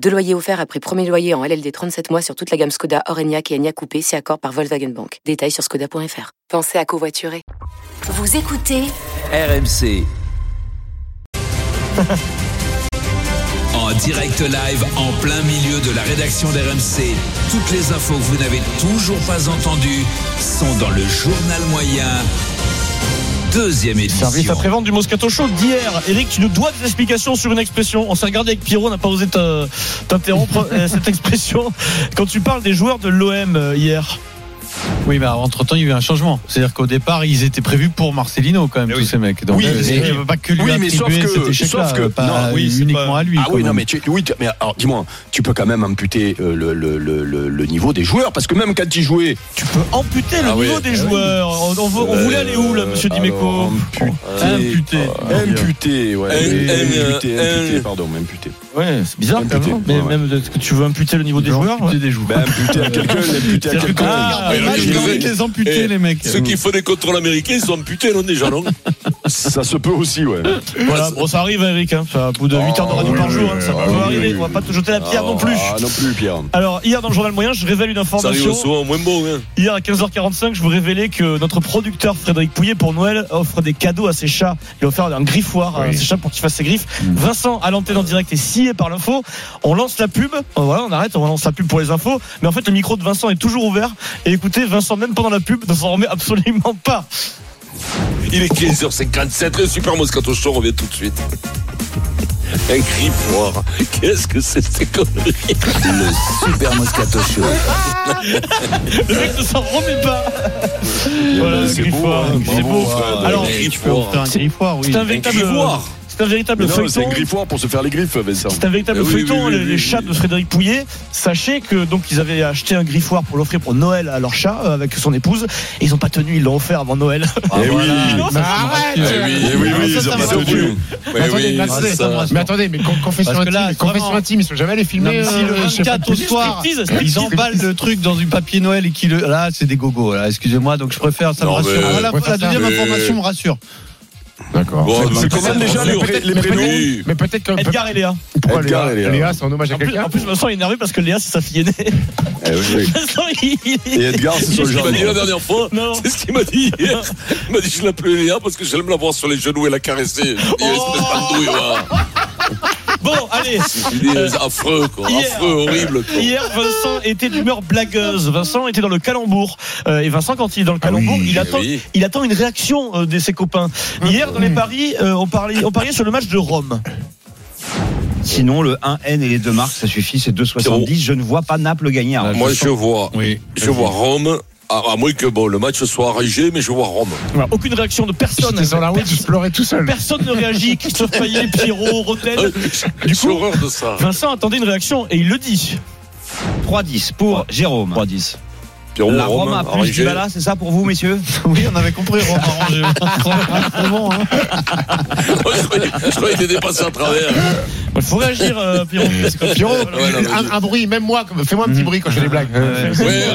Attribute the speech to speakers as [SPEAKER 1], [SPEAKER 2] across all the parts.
[SPEAKER 1] Deux loyers offerts après premier loyer en LLD 37 mois sur toute la gamme Skoda, Orenia et Enya Coupé, si accord par Volkswagen Bank. Détails sur skoda.fr. Pensez à covoiturer.
[SPEAKER 2] Vous écoutez
[SPEAKER 3] RMC. En direct live, en plein milieu de la rédaction d'RMC, toutes les infos que vous n'avez toujours pas entendues sont dans le journal moyen. Deuxième édition.
[SPEAKER 4] Service après-vente du Moscato Show d'hier. Eric, tu nous dois des explications sur une expression. On s'est regardé avec Pierrot, on n'a pas osé te- t'interrompre Euh, cette expression. Quand tu parles des joueurs de l'OM euh, hier.
[SPEAKER 5] Oui, mais entre temps, il y a eu un changement. C'est-à-dire qu'au départ, ils étaient prévus pour Marcelino, quand
[SPEAKER 4] Eh
[SPEAKER 5] même, tous ces mecs. Donc,
[SPEAKER 6] Oui,
[SPEAKER 5] euh,
[SPEAKER 6] c'est
[SPEAKER 5] il
[SPEAKER 6] vrai.
[SPEAKER 5] ne veut pas que lui
[SPEAKER 6] Oui, mais sauf
[SPEAKER 5] attribuer
[SPEAKER 6] que-
[SPEAKER 5] cet échec-là,
[SPEAKER 6] sauf que-
[SPEAKER 5] euh, pas
[SPEAKER 6] non, oui, c'est
[SPEAKER 5] uniquement
[SPEAKER 6] pas-
[SPEAKER 5] à lui.
[SPEAKER 6] Ah
[SPEAKER 5] quand
[SPEAKER 6] oui, non,
[SPEAKER 5] même.
[SPEAKER 6] mais, tu, oui, tu- mais alors dis-moi, tu peux quand même amputer euh, le, le- le- le- le niveau des joueurs, parce que même quand ils jouaient.
[SPEAKER 4] Tu peux amputer le
[SPEAKER 6] Ah
[SPEAKER 4] niveau
[SPEAKER 6] oui.
[SPEAKER 4] des joueurs. On, on veut- on voulait
[SPEAKER 5] Euh,
[SPEAKER 6] Euh,
[SPEAKER 4] aller où, là, monsieur Dimeco
[SPEAKER 6] Amputé.
[SPEAKER 5] Amputé.
[SPEAKER 6] Amputé, ouais.
[SPEAKER 4] Un-
[SPEAKER 6] Amputé,
[SPEAKER 4] un-
[SPEAKER 6] amputé,
[SPEAKER 4] un-
[SPEAKER 6] amputé, pardon, amputé.
[SPEAKER 5] Ouais, c'est bizarre, quand
[SPEAKER 6] Amputé.
[SPEAKER 5] même.
[SPEAKER 4] Mais
[SPEAKER 6] Ouais, ouais.
[SPEAKER 4] même de- que tu veux amputer le niveau des joueurs
[SPEAKER 5] Amputer des joueurs.
[SPEAKER 6] Ben, amputé à quelqu'un, amputé à
[SPEAKER 5] C'est-à-dire que quand tu
[SPEAKER 6] quelqu'un.
[SPEAKER 4] Ah,
[SPEAKER 5] regardes le
[SPEAKER 7] mais
[SPEAKER 5] match,
[SPEAKER 7] je
[SPEAKER 5] ils ont
[SPEAKER 7] vais-
[SPEAKER 5] envie de les amputer,
[SPEAKER 7] Eh,
[SPEAKER 5] les mecs.
[SPEAKER 7] Ceux qui font des contrôles américains, ils sont amputés, non, déjà, non
[SPEAKER 6] Ça se peut aussi, ouais.
[SPEAKER 4] Voilà, bon, ça arrive, Eric. Hein. Enfin, au bout de 8 heures de radio
[SPEAKER 6] oui,
[SPEAKER 4] par
[SPEAKER 6] oui,
[SPEAKER 4] jour, hein,
[SPEAKER 6] oui,
[SPEAKER 4] ça
[SPEAKER 6] ah,
[SPEAKER 4] peut
[SPEAKER 6] oui,
[SPEAKER 4] arriver.
[SPEAKER 6] oui,
[SPEAKER 4] on va pas te jeter la pierre non plus.
[SPEAKER 6] Ah, non plus, Pierre.
[SPEAKER 4] Alors, hier, dans le journal moyen, je révèle une
[SPEAKER 7] Ça
[SPEAKER 4] information.
[SPEAKER 7] arrive souvent moins bon. Hein.
[SPEAKER 4] Hier à 15h45, je vous révélais que notre producteur Frédéric Pouillet pour Noël offre des cadeaux à ses chats. Il a offert un griffoir à ses chats pour qu'il fasse ses griffes.
[SPEAKER 6] Mm.
[SPEAKER 4] Vincent à l'antenne en direct est scié par l'info. On lance la pub. Oh, Voilà, on arrête, on lance la pub pour les infos. Mais en fait, le micro de Vincent est toujours ouvert. Et écoutez, Vincent, même pendant la pub, ne s'en remet absolument pas.
[SPEAKER 7] Il est 15h57, le Super Moscato Show revient tout de suite. Un cri foire. Qu'est-ce que c'est cette connerie
[SPEAKER 3] Le Super Moscato Show.
[SPEAKER 4] Le mec ne s'en remet pas.
[SPEAKER 6] ben,
[SPEAKER 4] Voilà,
[SPEAKER 6] c'est
[SPEAKER 4] griffoir.
[SPEAKER 6] beau, hein,
[SPEAKER 4] C'est
[SPEAKER 6] bravo,
[SPEAKER 4] beau.
[SPEAKER 6] Fred.
[SPEAKER 4] Alors,
[SPEAKER 7] Un
[SPEAKER 5] Tu peux en faire un griffoir, oui.
[SPEAKER 4] c'est un
[SPEAKER 7] Un
[SPEAKER 4] véritable.
[SPEAKER 7] cri foire.
[SPEAKER 4] C'est un véritable
[SPEAKER 6] Mais non, C'est
[SPEAKER 4] feuilleton.
[SPEAKER 6] un griffoir pour se faire les griffes, Vincent.
[SPEAKER 4] C'est un véritable
[SPEAKER 7] Eh oui,
[SPEAKER 4] feuilleton,
[SPEAKER 7] oui, oui,
[SPEAKER 4] les,
[SPEAKER 7] oui,
[SPEAKER 4] les
[SPEAKER 7] oui.
[SPEAKER 4] chats de Frédéric Pouillet. Sachez que donc ils avaient acheté un griffoir pour l'offrir pour Noël à leur chat euh, avec son épouse. Et ils n'ont pas tenu, ils l'ont offert avant Noël.
[SPEAKER 6] Eh
[SPEAKER 5] Ah,
[SPEAKER 6] oui.
[SPEAKER 4] Non, ça, ça me rassure.
[SPEAKER 7] Eh oui,
[SPEAKER 6] Eh oui, oui,
[SPEAKER 5] Ça,
[SPEAKER 6] ils
[SPEAKER 5] ça
[SPEAKER 6] ont
[SPEAKER 5] m'a
[SPEAKER 6] pas
[SPEAKER 5] tenu.
[SPEAKER 6] tenu.
[SPEAKER 7] Mais oui, ça.
[SPEAKER 8] Mais attendez, mais con- confession
[SPEAKER 5] Parce que
[SPEAKER 8] intime,
[SPEAKER 5] là,
[SPEAKER 8] confession
[SPEAKER 5] vraiment-
[SPEAKER 8] intime, ils sont jamais allés
[SPEAKER 5] Non,
[SPEAKER 8] filmer.
[SPEAKER 5] mais si
[SPEAKER 8] euh,
[SPEAKER 5] le
[SPEAKER 8] chez
[SPEAKER 5] 24 au
[SPEAKER 8] Patrick.
[SPEAKER 5] soir,
[SPEAKER 4] Striptease,
[SPEAKER 5] ils
[SPEAKER 4] striptease.
[SPEAKER 5] emballent le truc dans du papier Noël et qui le. Là, c'est des gogos, là, excusez-moi, donc je préfère, ça me
[SPEAKER 7] Non,
[SPEAKER 5] rassure.
[SPEAKER 7] mais-
[SPEAKER 5] Ah, la, la deuxième
[SPEAKER 7] Mais-
[SPEAKER 5] information me rassure.
[SPEAKER 8] D'accord.
[SPEAKER 7] Bon,
[SPEAKER 6] C'est
[SPEAKER 7] bah,
[SPEAKER 6] quand
[SPEAKER 7] ça
[SPEAKER 6] même déjà
[SPEAKER 7] rassure.
[SPEAKER 6] les pré- les
[SPEAKER 7] Mais
[SPEAKER 6] prénoms.
[SPEAKER 7] oui.
[SPEAKER 8] Mais peut-être que.
[SPEAKER 4] Edgar et Léa.
[SPEAKER 8] Pourquoi
[SPEAKER 6] Edgar et Léa.
[SPEAKER 8] Léa Léa, c'est en hommage à
[SPEAKER 4] En plus,
[SPEAKER 8] quelqu'un
[SPEAKER 4] en plus, Vincent est énervé parce que Léa, c'est sa fille aînée.
[SPEAKER 6] Eh oui.
[SPEAKER 4] Vincent, il-
[SPEAKER 6] Et Edgar, c'est son
[SPEAKER 7] C'est ce qu'il
[SPEAKER 6] genre.
[SPEAKER 7] m'a dit la dernière fois.
[SPEAKER 4] Non.
[SPEAKER 7] C'est ce qu'il m'a dit hier. Il m'a dit je l'appelais Léa parce que j'aime la voir sur les genoux et la caresser. Il y a une espèce d'andouille, voilà.
[SPEAKER 4] Bon, allez.
[SPEAKER 7] Il est euh, affreux, quoi.
[SPEAKER 4] Hier.
[SPEAKER 7] Affreux, horrible, quoi.
[SPEAKER 4] Hier, Vincent était d'humeur blagueuse. Vincent était dans le calembour. Euh, et Vincent, quand il est dans le calembour, il attend,
[SPEAKER 7] Eh oui.
[SPEAKER 4] il attend une réaction euh, de ses copains. Hier, dans les paris, euh, on parlait, on pariait sur le match de Rome.
[SPEAKER 9] Sinon, le 1N et les deux marques, ça suffit, c'est 2,70. Je ne vois pas Naples gagner. hein. à Rome.
[SPEAKER 7] Moi, je vois,
[SPEAKER 5] Oui.
[SPEAKER 7] je vois Rome. Ah, À, à moins que bon, le match soit arrangé, mais je vois Rome.
[SPEAKER 4] Voilà, aucune réaction de personne.
[SPEAKER 8] J'étais sur la route, je pleurais tout seul.
[SPEAKER 4] Personne ne réagit, Christophe Payet, Pierrot, Rotel.
[SPEAKER 7] J'ai horreur de ça.
[SPEAKER 4] Vincent attendait une réaction et il le dit.
[SPEAKER 9] 3-10 pour Jérôme.
[SPEAKER 5] 3-10.
[SPEAKER 7] Pierrot,
[SPEAKER 9] La Rome a plus
[SPEAKER 7] arrangé.
[SPEAKER 9] Dybala, c'est ça pour vous, messieurs
[SPEAKER 5] Oui, on avait compris, Romain Rangé. C'est bon, hein.
[SPEAKER 7] je croyais- je croyais qu'il était passé à travers.
[SPEAKER 4] Il faut réagir, euh, Pierrot. parce que-
[SPEAKER 8] Pierrot,
[SPEAKER 7] Ouais, non, mais-
[SPEAKER 8] un, un bruit, même moi, comme- fais-moi un petit bruit quand je fais des blagues.
[SPEAKER 7] Ouais,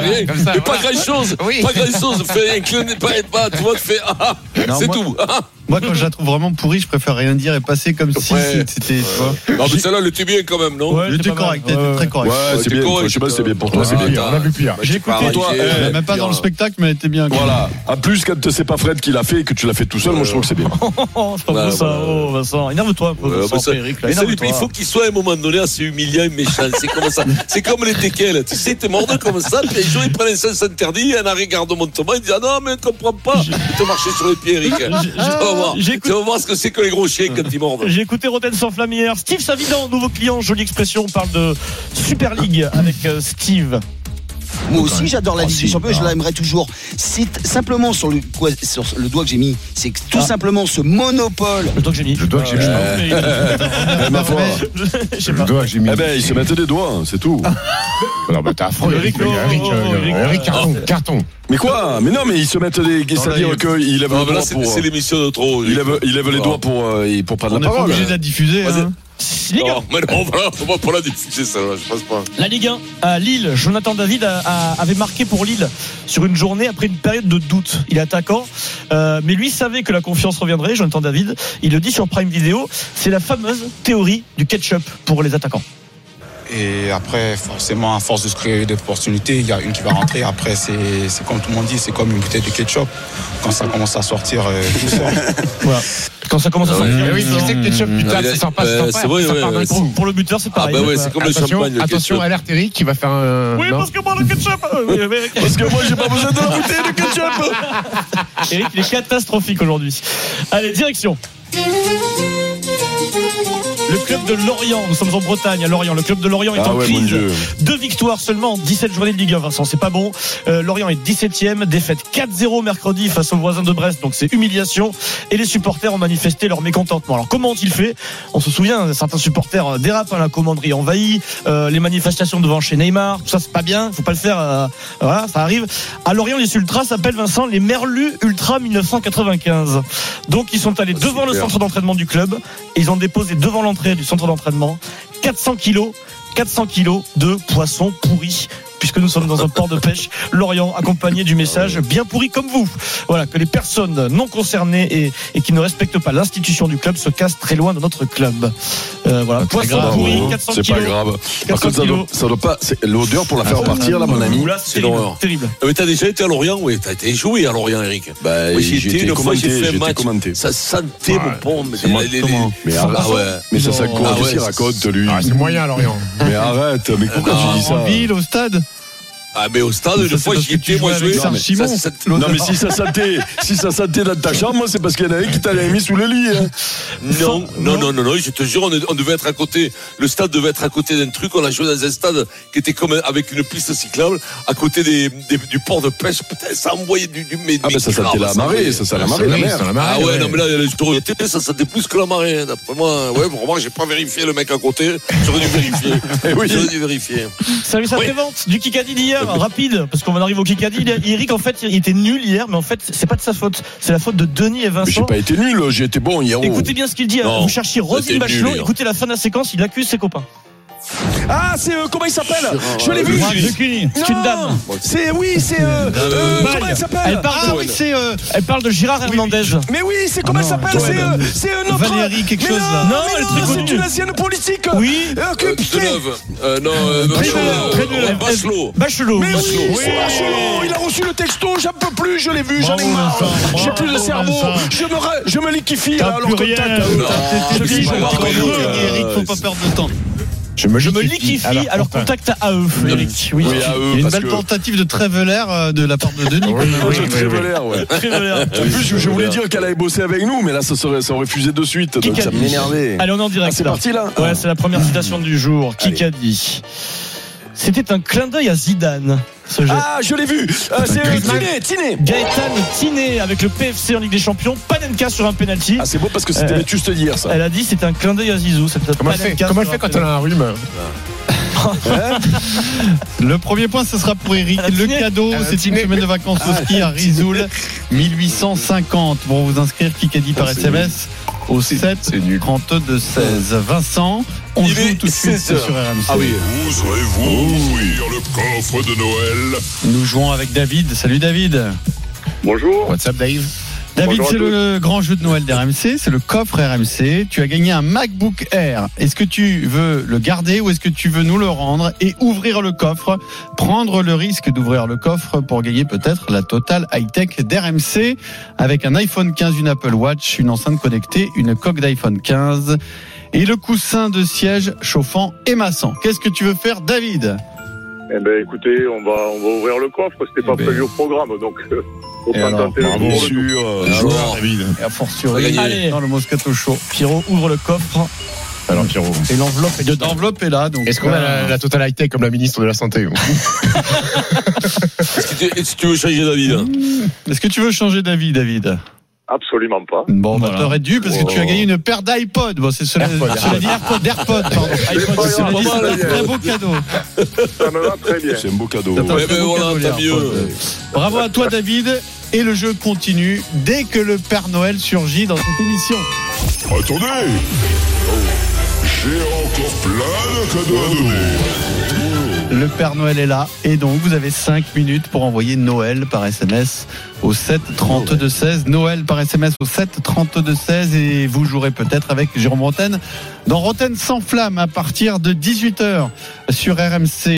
[SPEAKER 7] rien.
[SPEAKER 8] ah, Comme ça, voilà.
[SPEAKER 7] mais pas grand chose.
[SPEAKER 8] Oui.
[SPEAKER 7] Pas grand chose. Fais incliner, pas, pas, tu vois, tu fais ah, ah,
[SPEAKER 5] Non,
[SPEAKER 7] c'est
[SPEAKER 5] moi-
[SPEAKER 7] tout. Ah,
[SPEAKER 5] Moi, quand je la trouve vraiment pourrie, je préfère rien dire et passer comme si
[SPEAKER 7] Ouais.
[SPEAKER 5] c'était. tu vois.
[SPEAKER 7] ah. Non, mais celle-là, le tubien quand même, non
[SPEAKER 4] Ouais,
[SPEAKER 5] Elle
[SPEAKER 4] c'est
[SPEAKER 5] était
[SPEAKER 4] pas mal.
[SPEAKER 5] correcte, elle était
[SPEAKER 4] Ouais,
[SPEAKER 5] très
[SPEAKER 6] Ouais,
[SPEAKER 5] correcte.
[SPEAKER 6] c'est
[SPEAKER 7] t'es
[SPEAKER 6] bien.
[SPEAKER 7] correct.
[SPEAKER 6] Je sais pas si c'est bien pour toi, c'est
[SPEAKER 8] Ah,
[SPEAKER 6] bien.
[SPEAKER 8] pire, on a vu pire.
[SPEAKER 7] J'ai écouté Euh,
[SPEAKER 6] toi,
[SPEAKER 5] Elle est
[SPEAKER 10] euh,
[SPEAKER 6] eh,
[SPEAKER 5] même pas dans le spectacle, mais elle était bien. quand
[SPEAKER 6] Voilà. En plus, quand c'est pas Fred qui l'a fait et que tu l'as fait tout seul, moi je trouve que c'est bien.
[SPEAKER 4] Oh, c'est pas
[SPEAKER 7] Ouais,
[SPEAKER 4] beau ça.
[SPEAKER 7] voilà.
[SPEAKER 4] Oh, Vincent, énerve-toi un peu,
[SPEAKER 7] Ouais,
[SPEAKER 4] Vincent,
[SPEAKER 7] mais ça-
[SPEAKER 4] Eric. là,
[SPEAKER 7] mais ça, lui,
[SPEAKER 4] énerve-toi.
[SPEAKER 7] il faut qu'il soit à un moment donné assez humiliant et méchant. C'est comme ça. C'est comme les teckels. Tu sais, t'es mordu comme ça, puis un jour, il prend un sens interdit, un arrêt garde Montauban, il dit Ah non, mais comprends pas. Il te marcher sur les pieds, Eric. Tu vas voir.
[SPEAKER 4] j'écoute-
[SPEAKER 7] Tu vas voir ce que c'est que les gros chiens quand ils mordent.
[SPEAKER 4] J'ai écouté Roten sans flamme hier. Steve Savidan, nouveau client, jolie expression. On parle de Super League avec euh, Steve.
[SPEAKER 2] Moi
[SPEAKER 6] Oui, quand
[SPEAKER 2] aussi,
[SPEAKER 6] même.
[SPEAKER 2] j'adore la
[SPEAKER 6] Ah,
[SPEAKER 2] Ligue des
[SPEAKER 6] si,
[SPEAKER 2] Champions, et je
[SPEAKER 6] ah.
[SPEAKER 2] l'aimerais toujours. C'est simplement sur le, quoi- sur le doigt que j'ai mis, c'est que tout
[SPEAKER 4] Ah.
[SPEAKER 2] simplement ce monopole.
[SPEAKER 4] Le doigt que j'ai mis.
[SPEAKER 8] Le doigt que j'ai mis.
[SPEAKER 6] Eh, ma foi.
[SPEAKER 4] Je sais
[SPEAKER 8] Le
[SPEAKER 4] pas.
[SPEAKER 8] doigt que j'ai mis.
[SPEAKER 6] Eh ben, il se mettait des doigts, hein, c'est tout.
[SPEAKER 8] Non, mais t'es affreux.
[SPEAKER 4] Eric,
[SPEAKER 8] Eric,
[SPEAKER 4] non,
[SPEAKER 8] Eric, euh,
[SPEAKER 4] Eric,
[SPEAKER 8] Eric, carton, carton.
[SPEAKER 6] Mais quoi Mais non, mais ils se mettent des. C'est-à-dire qu'il lève
[SPEAKER 7] Non, mais là,
[SPEAKER 6] les doigts
[SPEAKER 7] c'est
[SPEAKER 6] pour. euh,
[SPEAKER 7] c'est l'émission de trop.
[SPEAKER 6] Il lève, il lève les doigts pour, euh, et pour prendre
[SPEAKER 5] On n'est
[SPEAKER 6] la
[SPEAKER 5] pas
[SPEAKER 6] parole.
[SPEAKER 5] obligé de la diffuser.
[SPEAKER 7] Vas-y.
[SPEAKER 5] hein.
[SPEAKER 4] Les gars,
[SPEAKER 7] Non, mais non, voilà, on va pas la diffuser, ça, là, je pense pas.
[SPEAKER 4] La Ligue 1 à Lille, Jonathan David a- a- avait marqué pour Lille sur une journée après une période de doute. Il est attaquant, euh, mais lui savait que la confiance reviendrait. Jonathan David, il le dit sur Prime Video, c'est la fameuse théorie du ketchup pour les attaquants.
[SPEAKER 10] Et après, forcément, à force de se créer des opportunités, il y a une qui va rentrer. Après, c'est c'est comme tout le monde dit, c'est comme une bouteille de ketchup. Quand ça commence à sortir, euh, tout sort.
[SPEAKER 4] Quand ça commence à sortir,
[SPEAKER 8] Mais Ah oui, tu sais que ketchup, putain,
[SPEAKER 7] mais
[SPEAKER 8] ça sort pas, ça
[SPEAKER 7] euh,
[SPEAKER 8] sort pas.
[SPEAKER 7] c'est vrai,
[SPEAKER 8] ça
[SPEAKER 7] ouais,
[SPEAKER 8] part d'un
[SPEAKER 7] ouais,
[SPEAKER 8] coup.
[SPEAKER 4] pour, pour le buteur, c'est
[SPEAKER 7] Ah,
[SPEAKER 4] pareil.
[SPEAKER 7] bah ouais, c'est comme le
[SPEAKER 8] Attention,
[SPEAKER 7] champagne. le
[SPEAKER 8] attention,
[SPEAKER 7] ketchup.
[SPEAKER 8] alerte Eric qui va faire un.
[SPEAKER 4] oui,
[SPEAKER 8] non.
[SPEAKER 4] parce que moi, le ketchup euh, oui, oui,
[SPEAKER 6] Parce que moi, j'ai pas besoin de la bouteille de ketchup
[SPEAKER 4] oui. Eric, il est catastrophique aujourd'hui. Allez, direction. Le club de Lorient, nous sommes en Bretagne, à Lorient. Le club de Lorient est
[SPEAKER 6] Ah
[SPEAKER 4] en
[SPEAKER 6] ouais, mon
[SPEAKER 4] crise.
[SPEAKER 6] dieu.
[SPEAKER 4] Deux victoires seulement en 17 journées de Ligue 1, Vincent, c'est pas bon. Euh, Lorient est 17ème, défaite 4-0 mercredi face aux voisins de Brest, donc c'est humiliation. Et les supporters ont manifesté leur mécontentement. Alors comment ont-ils fait On se souvient, certains supporters euh, dérapent, hein, la commanderie envahie, euh, les manifestations devant chez Neymar, tout ça c'est pas bien, faut pas le faire, euh, voilà, ça arrive. À Lorient, les ultras s'appellent Vincent les Merlus Ultra 1995. Donc ils sont allés
[SPEAKER 7] Ah,
[SPEAKER 4] devant le
[SPEAKER 7] super.
[SPEAKER 4] centre d'entraînement du club, et ils ont déposé devant l'entrée du centre d'entraînement 400 kilos 400 kilos de poissons pourris. Puisque nous sommes dans un port de pêche, Lorient, accompagné du message bien pourri comme vous. Voilà, que les personnes non concernées et, et qui ne respectent pas l'institution du club se cassent très loin de notre club. Euh, voilà, poissons
[SPEAKER 6] grave,
[SPEAKER 4] pourris,
[SPEAKER 6] hein.
[SPEAKER 4] 400
[SPEAKER 6] C'est pas
[SPEAKER 4] kilos.
[SPEAKER 6] grave. Par
[SPEAKER 4] 400
[SPEAKER 6] contre, ça doit,
[SPEAKER 4] kilos. Ah,
[SPEAKER 6] ça doit pas. c'est- L'odeur pour la
[SPEAKER 7] Ah,
[SPEAKER 6] faire partir, là, mon ami.
[SPEAKER 4] Oula,
[SPEAKER 7] c'est
[SPEAKER 4] c'est terrible,
[SPEAKER 7] l'horreur.
[SPEAKER 4] terrible.
[SPEAKER 7] Ah, Mais t'as déjà été à Lorient, oui, t'as été joué à Lorient, Eric.
[SPEAKER 6] Bah,
[SPEAKER 7] Oui,
[SPEAKER 6] j'ai été
[SPEAKER 7] une fois, j'ai
[SPEAKER 6] commenté,
[SPEAKER 7] fait un
[SPEAKER 6] j'ai été
[SPEAKER 7] match.
[SPEAKER 6] commenté.
[SPEAKER 7] Ça sentait mon pont, mais
[SPEAKER 6] moi,
[SPEAKER 7] les- les-
[SPEAKER 6] comment
[SPEAKER 7] les-
[SPEAKER 6] Mais arrête.
[SPEAKER 7] Ah ouais.
[SPEAKER 6] Mais ça, ça
[SPEAKER 5] Non.
[SPEAKER 6] court.
[SPEAKER 7] Ah Ah,
[SPEAKER 6] Qu'est-ce qu'il
[SPEAKER 7] ouais,
[SPEAKER 6] raconte, lui
[SPEAKER 8] Ah, c'est moyen, Lorient.
[SPEAKER 6] Mais arrête. Mais pourquoi
[SPEAKER 7] Non,
[SPEAKER 6] tu dis
[SPEAKER 5] En
[SPEAKER 6] ça
[SPEAKER 5] ville, au stade.
[SPEAKER 7] Ah, mais au stade,
[SPEAKER 5] Ça,
[SPEAKER 7] une
[SPEAKER 5] c'est
[SPEAKER 7] fois,
[SPEAKER 5] parce
[SPEAKER 7] j'y
[SPEAKER 5] que tu
[SPEAKER 7] étais, moi,
[SPEAKER 5] jouais
[SPEAKER 7] joué.
[SPEAKER 5] avec
[SPEAKER 7] Non, mais
[SPEAKER 5] Sarchimon.
[SPEAKER 7] ça, ça-
[SPEAKER 6] Non, mais si ça sentait, si ça sentait dans ta chambre, c'est parce qu'il y en a un qui t'a mis sous le lit. hein.
[SPEAKER 7] Non, non, non, non, non, je te jure, on, est- on devait être à côté, le stade devait être à côté d'un truc, on a joué dans un stade qui était comme un- avec une piste cyclable, à côté des, des- du port de pêche, putain, ça envoyait du, du mais,
[SPEAKER 6] Ah,
[SPEAKER 7] mais
[SPEAKER 6] ben ça
[SPEAKER 7] grave,
[SPEAKER 6] sentait la marée,
[SPEAKER 7] envoyait.
[SPEAKER 6] ça sentait la marée, la
[SPEAKER 8] Oui,
[SPEAKER 6] mer.
[SPEAKER 8] ça, la
[SPEAKER 7] Ah
[SPEAKER 8] marée,
[SPEAKER 7] ouais, non, mais là, je te regrettais, ça sentait plus que la marée, hein, d'après moi. Ouais, pour moi, j'ai pas vérifié le mec à côté, j'aurais dû vérifier.
[SPEAKER 6] Eh oui.
[SPEAKER 7] J'aurais dû vérifier.
[SPEAKER 4] Service
[SPEAKER 7] Oui.
[SPEAKER 4] après-vente du Kikadi d'hier, rapide, parce qu'on en arrive au Kikadi. Eric, en fait, il était nul hier, mais en fait, c'est pas de sa faute. C'est la faute de Denis et
[SPEAKER 6] Mais j'ai
[SPEAKER 4] Vincent.
[SPEAKER 6] pas été nul, j'ai été bon hier.
[SPEAKER 4] Écoutez bien ce qu'il dit. hein.
[SPEAKER 7] Non.
[SPEAKER 4] Vous cherchez Rosine
[SPEAKER 7] C'était
[SPEAKER 4] Bachelot.
[SPEAKER 7] nul, hein.
[SPEAKER 4] Écoutez la fin de la séquence. Il accuse ses copains.
[SPEAKER 6] Ah, c'est euh, comment il s'appelle Je l'ai vu.
[SPEAKER 7] Brad
[SPEAKER 4] Zucchini. C'est une
[SPEAKER 6] Non.
[SPEAKER 4] dame.
[SPEAKER 6] C'est oui, c'est euh, euh, comment il s'appelle
[SPEAKER 4] Elle parle, de, elle parle de Gérard Hernandez.
[SPEAKER 6] Mais oui, c'est comment il s'appelle C'est euh, c'est euh, notre
[SPEAKER 5] Valérie, quelque
[SPEAKER 6] mais
[SPEAKER 5] chose,
[SPEAKER 6] non,
[SPEAKER 5] là.
[SPEAKER 6] mais
[SPEAKER 4] Non, elle est très
[SPEAKER 6] non,
[SPEAKER 4] connue.
[SPEAKER 6] c'est une ancienne politique.
[SPEAKER 4] Oui.
[SPEAKER 6] Euh, que-
[SPEAKER 7] Euh,
[SPEAKER 6] putain.
[SPEAKER 7] Deneuve. Euh, non, euh, Bachelot.
[SPEAKER 4] Très nul.
[SPEAKER 7] Euh, Bachelot.
[SPEAKER 4] Bachelot.
[SPEAKER 6] Mais oui,
[SPEAKER 4] Bachelot.
[SPEAKER 6] c'est Bachelot, il a reçu le texto, j'en peux plus, je l'ai vu, j'en ai marre. J'ai plus de cerveau, je me, ra- je me liquifie là, alors que euh, t'as-
[SPEAKER 4] euh,
[SPEAKER 7] Non,
[SPEAKER 4] Je
[SPEAKER 7] mais c'est
[SPEAKER 4] dis, je
[SPEAKER 7] pas
[SPEAKER 4] me
[SPEAKER 7] pareil,
[SPEAKER 4] liquifie,
[SPEAKER 7] euh,
[SPEAKER 4] Eric, faut pas perdre de temps.
[SPEAKER 8] Je me
[SPEAKER 4] Je me liquifie, alors
[SPEAKER 8] qu'on
[SPEAKER 4] contact à eux, Eric. Oui.
[SPEAKER 6] Oui,
[SPEAKER 5] Il y
[SPEAKER 6] à eux,
[SPEAKER 5] a une
[SPEAKER 6] parce
[SPEAKER 5] belle
[SPEAKER 6] que-
[SPEAKER 5] tentative de Treveler euh, de la part de Denis.
[SPEAKER 8] Oui,
[SPEAKER 6] Moi,
[SPEAKER 8] oui,
[SPEAKER 6] je
[SPEAKER 8] oui, oui.
[SPEAKER 6] trévolais, ouais.
[SPEAKER 4] Très bien.
[SPEAKER 6] En plus, je- je voulais dire qu'elle allait bosser avec nous, mais là, ça serait, ça aurait fusé de suite. Donc, ça
[SPEAKER 4] Kikadi.
[SPEAKER 6] m'énervait.
[SPEAKER 4] Allez, on est en direct.
[SPEAKER 6] Ah, c'est
[SPEAKER 4] là.
[SPEAKER 6] parti, là
[SPEAKER 4] Ouais, c'est la première citation du jour. Qui a dit C'était un clin d'œil à Zidane, ce geste.
[SPEAKER 6] Ah, je l'ai vu. Euh, c'est euh, Tiné, Tiné.
[SPEAKER 4] Gaëtan Tiné avec le PFC en Ligue des Champions. Panenka sur un penalty.
[SPEAKER 6] Ah, c'est beau parce que c'était
[SPEAKER 4] Euh,
[SPEAKER 6] juste hier, ça.
[SPEAKER 4] Elle a dit c'était un clin d'œil à Zizou. Cette
[SPEAKER 8] Comment elle fait,
[SPEAKER 4] Panenka
[SPEAKER 8] comment elle
[SPEAKER 4] sur
[SPEAKER 8] fait
[SPEAKER 4] un
[SPEAKER 8] quand elle a un rhume
[SPEAKER 5] Le premier point, ce sera pour Eric.
[SPEAKER 4] Elle a
[SPEAKER 5] Le
[SPEAKER 4] dîné.
[SPEAKER 5] cadeau,
[SPEAKER 8] Elle a
[SPEAKER 5] c'est une
[SPEAKER 8] dîné.
[SPEAKER 5] semaine de vacances au ski
[SPEAKER 8] Ah,
[SPEAKER 5] à Risoul, 1850. Pour vous inscrire, Kikadi par SMS au 7 32 16. Vincent, on
[SPEAKER 7] Il
[SPEAKER 5] joue
[SPEAKER 7] est
[SPEAKER 5] tout de suite
[SPEAKER 7] 16 heures.
[SPEAKER 5] sur RMC.
[SPEAKER 6] Ah oui.
[SPEAKER 3] Vous vous le coffre de Noël
[SPEAKER 5] Nous jouons avec David. Salut David.
[SPEAKER 10] Bonjour.
[SPEAKER 8] WhatsApp, Dave
[SPEAKER 5] David,
[SPEAKER 10] Bonjour à
[SPEAKER 5] c'est le grand jeu de Noël d'RMC, c'est le coffre RMC. Tu as gagné un MacBook Air. Est-ce que tu veux le garder ou est-ce que tu veux nous le rendre et ouvrir le coffre, prendre le risque d'ouvrir le coffre pour gagner peut-être la totale high-tech d'RMC avec un iPhone 15, une Apple Watch, une enceinte connectée, une coque d'iPhone 15 et le coussin de siège chauffant et massant. Qu'est-ce que tu veux faire, David
[SPEAKER 10] Eh ben, écoutez, on va, on va ouvrir le coffre. C'était
[SPEAKER 5] Eh
[SPEAKER 10] pas
[SPEAKER 5] ben.
[SPEAKER 10] prévu au programme, donc. euh, faut
[SPEAKER 5] Et
[SPEAKER 10] pas
[SPEAKER 5] alors,
[SPEAKER 10] tenter le
[SPEAKER 6] Bravo.
[SPEAKER 10] coup.
[SPEAKER 6] Bien sûr. euh,
[SPEAKER 7] Alors,
[SPEAKER 5] Et a
[SPEAKER 7] On va
[SPEAKER 5] fortiori
[SPEAKER 7] gagner.
[SPEAKER 4] Allez.
[SPEAKER 5] dans le Moscato Show.
[SPEAKER 4] Pierrot ouvre le coffre.
[SPEAKER 8] Alors, Pierrot.
[SPEAKER 4] Et l'enveloppe est dedans. L'enveloppe est là. donc,
[SPEAKER 8] Est-ce
[SPEAKER 7] Ah.
[SPEAKER 8] qu'on a la,
[SPEAKER 4] euh,
[SPEAKER 8] la totale high-tech comme la ministre de la Santé ou-
[SPEAKER 7] Est-ce que tu- est-ce que tu veux changer d'avis là
[SPEAKER 4] Est-ce que tu veux changer d'avis, David
[SPEAKER 6] Absolument pas.
[SPEAKER 4] Bon, bah, t'aurais dû parce que tu as gagné une paire d'iPod. Bon, c'est cela,
[SPEAKER 8] AirPod,
[SPEAKER 4] cela dit AirPod, d'AirPod, pardon. iPod,
[SPEAKER 6] pas
[SPEAKER 4] cela
[SPEAKER 6] grave,
[SPEAKER 4] dit,
[SPEAKER 6] pas
[SPEAKER 4] c'est un
[SPEAKER 6] mal,
[SPEAKER 4] très beau cadeau.
[SPEAKER 6] Ça me va très bien.
[SPEAKER 8] C'est un beau cadeau.
[SPEAKER 4] Attends,
[SPEAKER 7] Ouais,
[SPEAKER 4] c'est
[SPEAKER 11] Eh
[SPEAKER 7] ben
[SPEAKER 4] mon
[SPEAKER 7] voilà,
[SPEAKER 4] cadeau,
[SPEAKER 7] t'as
[SPEAKER 4] les
[SPEAKER 7] mieux.
[SPEAKER 4] AirPods. Bravo à toi, David. Et le jeu continue dès que le Père Noël surgit dans cette émission.
[SPEAKER 11] Attendez Oh, J'ai encore plein de cadeaux à donner
[SPEAKER 4] Le Père Noël est là. Et donc, vous avez 5 minutes pour envoyer Noël par SMS au 7 32 16. Noël par SMS au 7 32 16. Et vous jouerez peut-être avec Jérôme Roten dans Roten sans flamme à partir de 18h sur RMC.